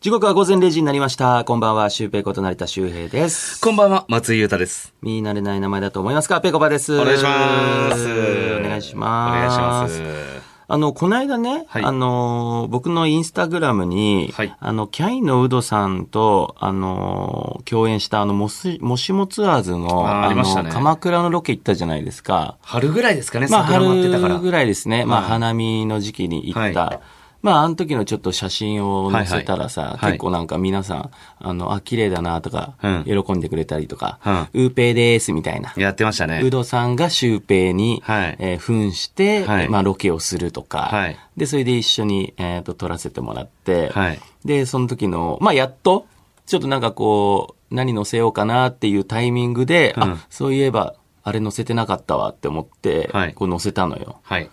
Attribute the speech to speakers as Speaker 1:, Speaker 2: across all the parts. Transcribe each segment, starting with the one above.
Speaker 1: 時刻は午前0時になりました。こんばんは、シュウペイこと成田修平です。
Speaker 2: こんばんは、松井裕太です。
Speaker 1: 見慣れない名前だと思いますが、ペコバです。
Speaker 2: お願いします。
Speaker 1: お願いします。
Speaker 2: お願いし
Speaker 1: あの、この間ね、
Speaker 2: はい
Speaker 1: あのー、僕のインスタグラムに、
Speaker 2: はい
Speaker 1: あの、キャインのウドさんと、あのー、共演した、あの、もし、もしもツアーズの、
Speaker 2: あーありましたね
Speaker 1: の、鎌倉のロケ行ったじゃないですか。
Speaker 2: 春ぐらいですかね、
Speaker 1: まあ、
Speaker 2: 桜舞ってたから。
Speaker 1: 春ぐらいですね。まあ、
Speaker 2: はい
Speaker 1: 花見の時期に行った。
Speaker 2: はい
Speaker 1: まあ、あの時のちょっと写真を載せたらさ、
Speaker 2: はいはい
Speaker 1: 結構なんか皆さん、あの、あ、綺麗だなとか、
Speaker 2: うん
Speaker 1: 喜んでくれたりとか、ウーペイですみたいな。
Speaker 2: やってましたね
Speaker 1: ウ。ドさんがシュウペイに、
Speaker 2: はい
Speaker 1: えー扮して、
Speaker 2: はい
Speaker 1: まあ、ロケをするとか、
Speaker 2: はい
Speaker 1: で、それで一緒に、えーと、撮らせてもらって、
Speaker 2: はい
Speaker 1: で、その時の、まあ、やっと、ちょっとなんかこう、何載せようかなっていうタイミングで、
Speaker 2: うん
Speaker 1: あ、そういえば、あれ載せてなかったわって思って、
Speaker 2: はい
Speaker 1: こう載せたのよ。
Speaker 2: はい。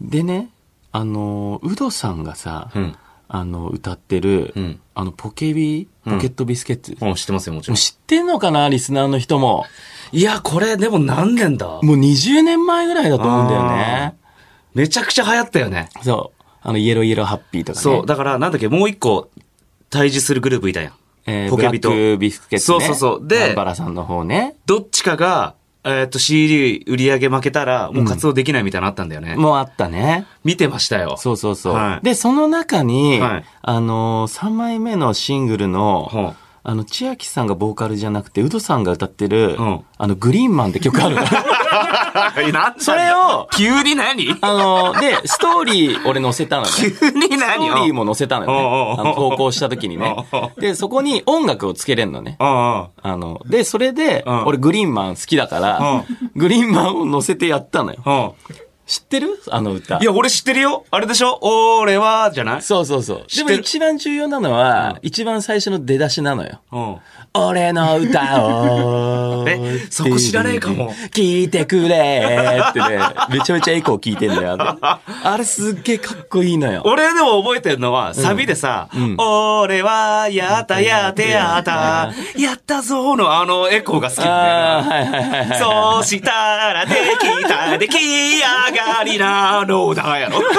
Speaker 1: でね、あの、ウドさんがさ、
Speaker 2: うん
Speaker 1: あの、歌ってる、
Speaker 2: うん
Speaker 1: あの、ポケビ、ポケットビスケッツ。も
Speaker 2: もう知ってますよ、もちろ。
Speaker 1: うん知ってんのかなリスナーの人も。
Speaker 2: いや、これ、でも何年だ
Speaker 1: もう20年前ぐらいだと思うんだよね。
Speaker 2: めちゃくちゃ流行ったよね。
Speaker 1: そう。あの、イエローイエローハッピーとかね。
Speaker 2: そう、だから、なんだっけ、もう一個、対峙するグループいたやん。
Speaker 1: えー、
Speaker 2: ポ
Speaker 1: ポ
Speaker 2: ケ
Speaker 1: ケ
Speaker 2: ビ
Speaker 1: ビ
Speaker 2: と
Speaker 1: と。ブラックビスケット、ね。
Speaker 2: そうそうそうで
Speaker 1: 南原さんの方ね。
Speaker 2: どっちかが、えーっと、CD 売り上げ負けたら、もう活動できないみたいなのあったんだよね。
Speaker 1: もうあったね。
Speaker 2: 見てましたよ。
Speaker 1: そうそうそう。
Speaker 2: はい
Speaker 1: で、その中に、
Speaker 2: はい
Speaker 1: あのー、3枚目のシングルの、
Speaker 2: ほう
Speaker 1: あの、千秋さんがボーカルじゃなくて、ウドさんが歌ってる、
Speaker 2: うん
Speaker 1: あの、グリーンマンって曲あ るの
Speaker 2: なんだ
Speaker 1: それを、
Speaker 2: 急に何
Speaker 1: あのー、で、ストーリー俺載せたのね。
Speaker 2: 急に
Speaker 1: スト
Speaker 2: 何
Speaker 1: ーリーも載せたのよね。
Speaker 2: お
Speaker 1: あ
Speaker 2: うおうおう
Speaker 1: の投稿した時にね
Speaker 2: おうお。
Speaker 1: で、そこに音楽をつけれんのね。
Speaker 2: ああ。
Speaker 1: あの、で、それで、
Speaker 2: うん
Speaker 1: 俺グリーンマン好きだから、グリーンマンを乗せてやったのよ。
Speaker 2: うん。
Speaker 1: 知ってるあの歌。
Speaker 2: いや、俺知ってるよ。あれでしょ俺は、じゃない
Speaker 1: そうそうそう。
Speaker 2: 知
Speaker 1: で
Speaker 2: ってる
Speaker 1: も一番重要なのは、一番最初の出だしなのよ。
Speaker 2: うん。
Speaker 1: 俺の歌を。
Speaker 2: えそこ知らねえかも
Speaker 1: 聞いてくれってね、めちゃめちゃエコー聞いてんだよ。あれすっげえかっこいいのよ。
Speaker 2: 俺でも覚えてるのは、サビでさ、
Speaker 1: ん
Speaker 2: 俺は、やったやってやった、やったぞーのあのエコーが好きなんだよ
Speaker 1: あーはいはいはいはい
Speaker 2: な。そうしたらできた出来上がりなのだやろ。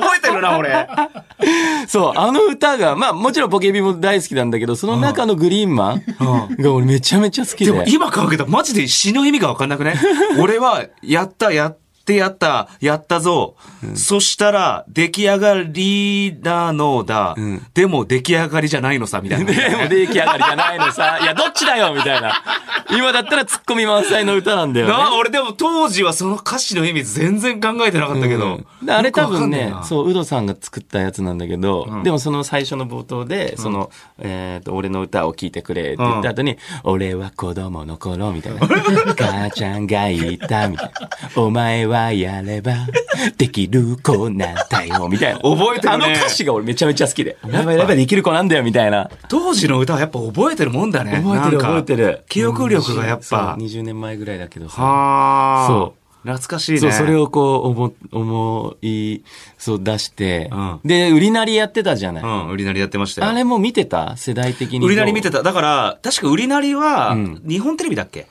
Speaker 2: 覚えてるな、俺。
Speaker 1: そう、あの歌が、まあもちろんポケビも大好きなんだけど、その中のグリーンマンが俺めちゃめちゃ好きで。
Speaker 2: でも今考えたらマジで詩の意味がわかんな くね俺は、やった、やって、やった、やったぞ。そしたら、出来上がりなのだ。
Speaker 1: ん
Speaker 2: でも出来上がりじゃないのさ、みたいな。
Speaker 1: でも出来上がりじゃないのさ。いや、どっちだよみたいな。今だったらツッコミ満載の歌なんだよね。
Speaker 2: なあ、俺でも当時はその歌詞の意味全然考えてなかったけど。
Speaker 1: うんあれ多分
Speaker 2: よ
Speaker 1: ね
Speaker 2: くわかんないな、
Speaker 1: そう、ウドさんが作ったやつなんだけど、
Speaker 2: うん
Speaker 1: でもその最初の冒頭で、その、えっ、と、俺の歌を聴いてくれって言った後に、俺は子供の頃みたい な。母ちゃんが言ったみたいな。お前はやればできる子なんだよみたいな。
Speaker 2: 覚えてるね
Speaker 1: あの歌詞が俺めちゃめちゃ好きで。お前はやればできる子なんだよみたいな。
Speaker 2: 当時の歌はやっぱ覚えてるもんだね。
Speaker 1: 覚えてる
Speaker 2: なんか
Speaker 1: 覚えてる。
Speaker 2: 記憶力がやっぱ。
Speaker 1: そう20年前ぐらいだけどさ。
Speaker 2: はあ。。
Speaker 1: そう
Speaker 2: 懐かしいね。
Speaker 1: そう、それをこう、思、思い、そう出して、
Speaker 2: うん
Speaker 1: で、売りなりやってたじゃない。
Speaker 2: うん、売りなりやってましたよ。
Speaker 1: あれも見てた世代的に。
Speaker 2: 売りなり見て
Speaker 1: た。
Speaker 2: た。だから、確か売りなりは
Speaker 1: ん、
Speaker 2: 日本テレビだっけ、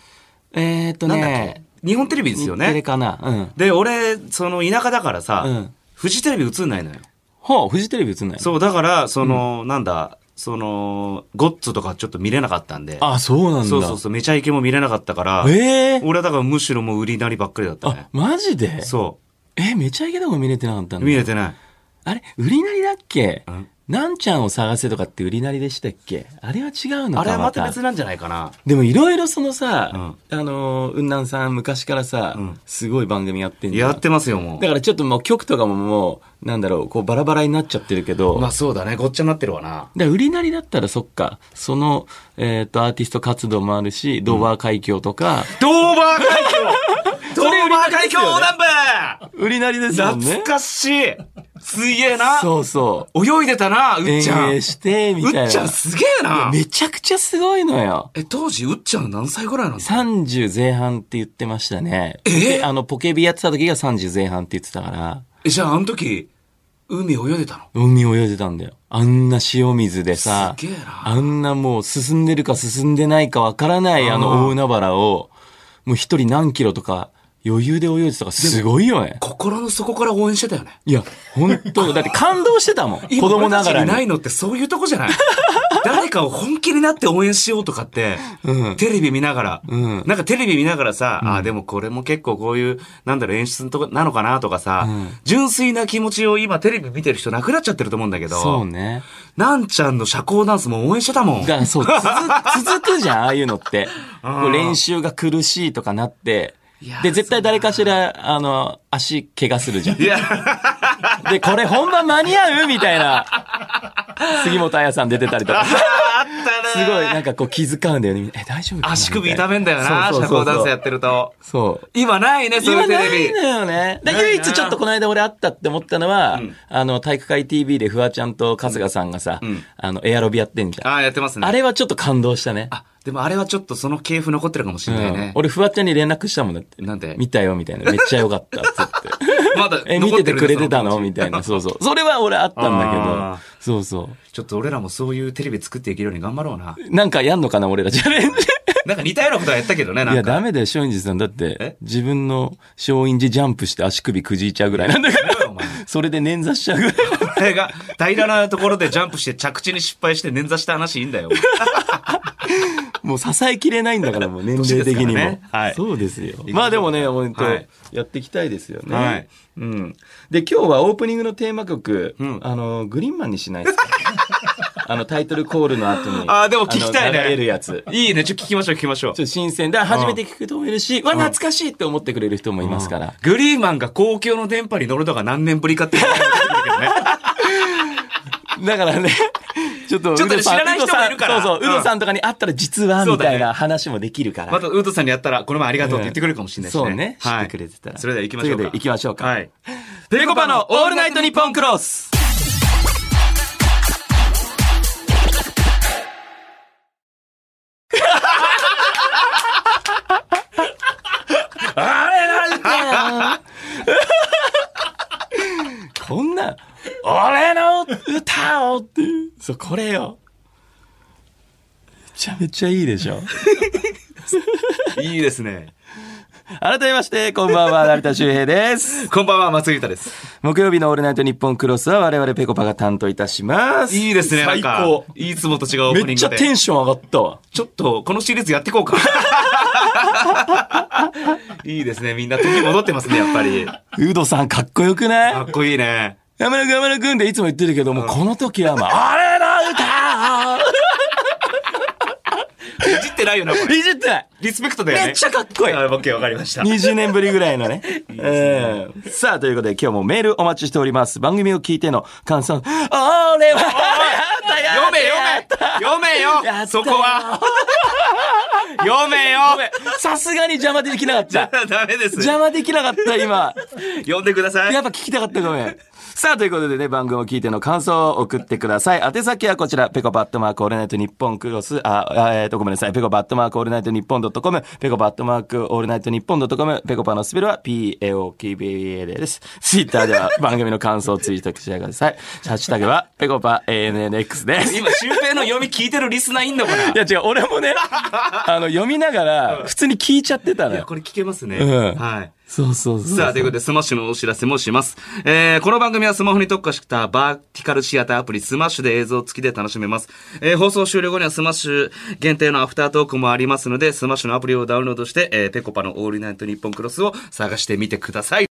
Speaker 1: えー、っと
Speaker 2: なんだっけ
Speaker 1: ね、
Speaker 2: 日本テレビですよ
Speaker 1: 日テレ
Speaker 2: ね。
Speaker 1: かな。うん。
Speaker 2: で、俺、その田舎だからさ、
Speaker 1: うん
Speaker 2: フジテレビ映んないのよ。
Speaker 1: ほう、フジテレビ映んない
Speaker 2: そう、だから、その、なんだ、その、ゴッツとかちょっと見れなかったんで。
Speaker 1: あ、そうなんだ。
Speaker 2: そうそうそう、めちゃイケも見れなかったから、
Speaker 1: ええー。
Speaker 2: 俺はだからむしろもう売りなりばっかりだったね
Speaker 1: あ。、マジで
Speaker 2: そ
Speaker 1: え、めちゃイケでも見れてなかった
Speaker 2: う。
Speaker 1: ん
Speaker 2: 見
Speaker 1: だ。
Speaker 2: れてない。
Speaker 1: あれ、売りなりだっけ
Speaker 2: ん
Speaker 1: なんちゃんを探せとかって売りなりでしたっけあれは違うのか
Speaker 2: あれはまた
Speaker 1: ま
Speaker 2: 別なんじゃないかな。
Speaker 1: でもいろいろそのさ、あのー、雲南さん昔からさ、
Speaker 2: うん
Speaker 1: すごい番組やってんじゃん
Speaker 2: やってますよ、も
Speaker 1: だからちょっともう曲とかももう、なんだろう、こうバラバラになっちゃってるけど、
Speaker 2: う。まあそうだね、ごっちゃになってるわな。
Speaker 1: で売りなりだったらそっか、その、えっ、と、アーティスト活動もあるし、ドーバー海峡とか、
Speaker 2: ドーバー海峡
Speaker 1: そ
Speaker 2: ド
Speaker 1: れ売
Speaker 2: ー
Speaker 1: り
Speaker 2: バ
Speaker 1: な
Speaker 2: ー
Speaker 1: りです
Speaker 2: 海峡
Speaker 1: よね
Speaker 2: 横断部
Speaker 1: 売りなりですもんね。
Speaker 2: 懐かしい水泳な
Speaker 1: そうそう。
Speaker 2: 泳いでたな、うっ
Speaker 1: 遠
Speaker 2: ちゃん。う
Speaker 1: 泳して、みたいな。
Speaker 2: っちゃんすげえな
Speaker 1: めちゃくちゃすごいのよ。
Speaker 2: え、当時うっちゃん何歳ぐらいなんだ
Speaker 1: 30前半って言ってましたね。えあの、ポケビやってた時が30前半って言ってたから、
Speaker 2: え、じゃああの時、海泳いでたの
Speaker 1: 海泳いでたんだよ。あんな塩水でさ、
Speaker 2: すげえな
Speaker 1: あんなもう進んでるか進んでないかわからないあの大海原を、もう一人何キロとか余裕で泳いでたからすごいよね。
Speaker 2: 心の底から応援してたよね。
Speaker 1: いや、本 当だって感動してたもん。子
Speaker 2: 今
Speaker 1: 供ながら
Speaker 2: 俺たち
Speaker 1: に。
Speaker 2: ないのってそういうとこじ ゃない誰かを本気になって応援しようとかって、テレビ見ながら、
Speaker 1: ん
Speaker 2: なんかテレビ見ながらさ、ああ、でもこれも結構こういう、なんだろう、演出のとこなのかなとかさ、純粋な気持ちを今テレビ見てる人なくなっちゃってると思うんだけど、
Speaker 1: そうね。
Speaker 2: なんちゃんの社交ダンスも応援してたもん。
Speaker 1: だからそう、続続くじゃん、ああいうのって。こう練習が苦しいとかなって
Speaker 2: いや。
Speaker 1: で、絶対誰かしら、あの、足怪我するじゃん。
Speaker 2: いや、
Speaker 1: で、これ本番間に合うみたいな。杉本彩さん出てたりとか。
Speaker 2: あったね。
Speaker 1: すごい、なんかこう気遣うんだよね。え、大丈夫かな
Speaker 2: 足首痛めんだよな、
Speaker 1: そう
Speaker 2: 社
Speaker 1: そうそうそう
Speaker 2: 交ダンスやってると。
Speaker 1: そう。
Speaker 2: 今ないね、そうい
Speaker 1: 今
Speaker 2: うテ
Speaker 1: な
Speaker 2: レビ
Speaker 1: いの。よね。だ
Speaker 2: ないな
Speaker 1: 唯一ちょっとこの間俺あったって思ったのは、あの、体育会 TV でフワちゃんと春日さんがさ、あの、エアロビやってんじゃん。
Speaker 2: ああ、やってますね。
Speaker 1: あれはちょっと感動したね。
Speaker 2: あ、でもあれはちょっとその系譜残ってるかもし
Speaker 1: う
Speaker 2: れない
Speaker 1: ん
Speaker 2: ね。
Speaker 1: 俺、フワちゃんに連絡したもんだって。
Speaker 2: なんで
Speaker 1: 見たよ、みたいな。めっちゃ良かった、つ って。
Speaker 2: まだ
Speaker 1: え、見
Speaker 2: 残って
Speaker 1: て
Speaker 2: てる
Speaker 1: くれてた
Speaker 2: そ
Speaker 1: の
Speaker 2: 気持ち
Speaker 1: みたいな。そうそう。それは俺あったんだ
Speaker 2: あ
Speaker 1: けど。そうそ
Speaker 2: ちょっと俺らもそういうテレビ作っていけるように頑張ろうな。
Speaker 1: う。なんかやんのかな、俺らチャレンジ。
Speaker 2: なんか似たようなことはやったけどね、ないん
Speaker 1: や、
Speaker 2: か。
Speaker 1: ダメだよ、松陰寺さん。だっ
Speaker 2: え
Speaker 1: て、自分の松陰寺ジャンプして足首くじいちゃうぐらいなんだ から。
Speaker 2: お前
Speaker 1: それで捻挫しちゃうぐらい。
Speaker 2: 俺が平らなところでジャンプして着地に失敗して捻挫した話いいん だよ。
Speaker 1: もう支えきれないんだ から、もう年齢的にも。
Speaker 2: 年ですからねはい
Speaker 1: そうですよ。
Speaker 2: う
Speaker 1: まあでもね、本当、
Speaker 2: はい
Speaker 1: やっていきたいですよね。
Speaker 2: はい
Speaker 1: うん。で、今日はオープニングのテーマ曲、
Speaker 2: ん
Speaker 1: あの、グリーンマンにしない ですかあの、タイトルコールの後に。
Speaker 2: あーでも聞きたいね
Speaker 1: あの流れるやつ。
Speaker 2: いいね、ちょっと聞きましょう、聞きましょう
Speaker 1: ちょ。っと新鮮で、初めて聞く人もいるし、わ、懐かしいって思ってくれる人もいますから。
Speaker 2: グリーマンが公共の電波に乗るのが何年ぶりかっていうのが分かってくるけどね。
Speaker 1: だからね、 ちょっと、
Speaker 2: ちょっとね
Speaker 1: ウドさん
Speaker 2: 知らない人もいるから
Speaker 1: ウドさんそうそう、
Speaker 2: うん
Speaker 1: ウドさんとかに会ったら実は、
Speaker 2: そ
Speaker 1: み
Speaker 2: うだね
Speaker 1: たいな話もできるから。
Speaker 2: また、ウートさんにやったら、この前ありがとうって言ってくれるかもしれないしね。
Speaker 1: そうね。知
Speaker 2: は
Speaker 1: っ
Speaker 2: い。
Speaker 1: てくれてたら。
Speaker 2: それでは行きましょ
Speaker 1: と
Speaker 2: う
Speaker 1: い
Speaker 2: か
Speaker 1: こと。で行きましょうか。
Speaker 2: はい。ペコパのオールナイトニッポンクロス。
Speaker 1: あれなんだよこんな、俺の歌をっていう。そう、これよ。めちゃめちゃいいでしょ。
Speaker 2: いいですね。
Speaker 1: 改めまして、こんばんは、成田修平です。
Speaker 2: こんばんは、松井太です。
Speaker 1: 木曜日のオールナイト日本クロスは我々ペコパが担当いたします。
Speaker 2: いいですね、なん
Speaker 1: 最
Speaker 2: か
Speaker 1: 高。。
Speaker 2: いつもと違うオープニ
Speaker 1: めっ
Speaker 2: ングで。
Speaker 1: ちゃテンション上がったわ。
Speaker 2: ちょっと、このシリーズやっていこうか。いいですね、みんな時戻ってますね、やっぱり。か
Speaker 1: ウドさんかっこよくない
Speaker 2: っこいいね。
Speaker 1: 山田君、山田君っていつも言ってるけど、もうこの時はもう、あ
Speaker 2: いじってないよな、こ
Speaker 1: れの歌
Speaker 2: れ。
Speaker 1: いじってない
Speaker 2: リスペクトだよね。
Speaker 1: めっちゃかっこいい
Speaker 2: あオッケー、わかりました。
Speaker 1: 20年ぶりぐらいの ね。ええさあ、ということで今日もメールお待ちしております。番組を聞いての感想。俺 は、
Speaker 2: 読め、読め読め
Speaker 1: やった
Speaker 2: よ
Speaker 1: よ
Speaker 2: そこは読めよ
Speaker 1: さすがに邪魔できなか った。
Speaker 2: ダメです。
Speaker 1: 邪魔できなかった、今。
Speaker 2: 読んでくださ い
Speaker 1: やっ。ぱ聞きたかった、ごめん。 さあ、ということでね、番組を聞いての感想を送ってください。宛先はこちら、ペコパットマークオールナイトニッポンクロス、あ、あえっ、と、ごめんなさい、ペコパットマークオールナイトニッポンドットコム、ペコパットマークオールナイトニッポンドットコム、ペコパのスペルは PAOKBA です。ツイッターでは番組の感想をツイートしてください。ハッシュタグは、ペコパ ANNX です。
Speaker 2: 今、シュウペイの読み聞いてるリスナーいんのかない
Speaker 1: いや違う、俺もね、あの、読みながら、普通に聞いちゃってたの
Speaker 2: や、
Speaker 1: よ。
Speaker 2: これ聞けますね。
Speaker 1: うん
Speaker 2: はい。
Speaker 1: そうそうそう。
Speaker 2: さあ、ということで、スマッシュのお知らせもします。えー、この番組はスマホに特化したバーティカルシアターアプリスマッシュで映像付きで楽しめます。えー、放送終了後にはスマッシュ限定のアフタートークもありますので、スマッシュのアプリをダウンロードして、えー、ペコパのオールナイトニッポンクロスを探してみてください。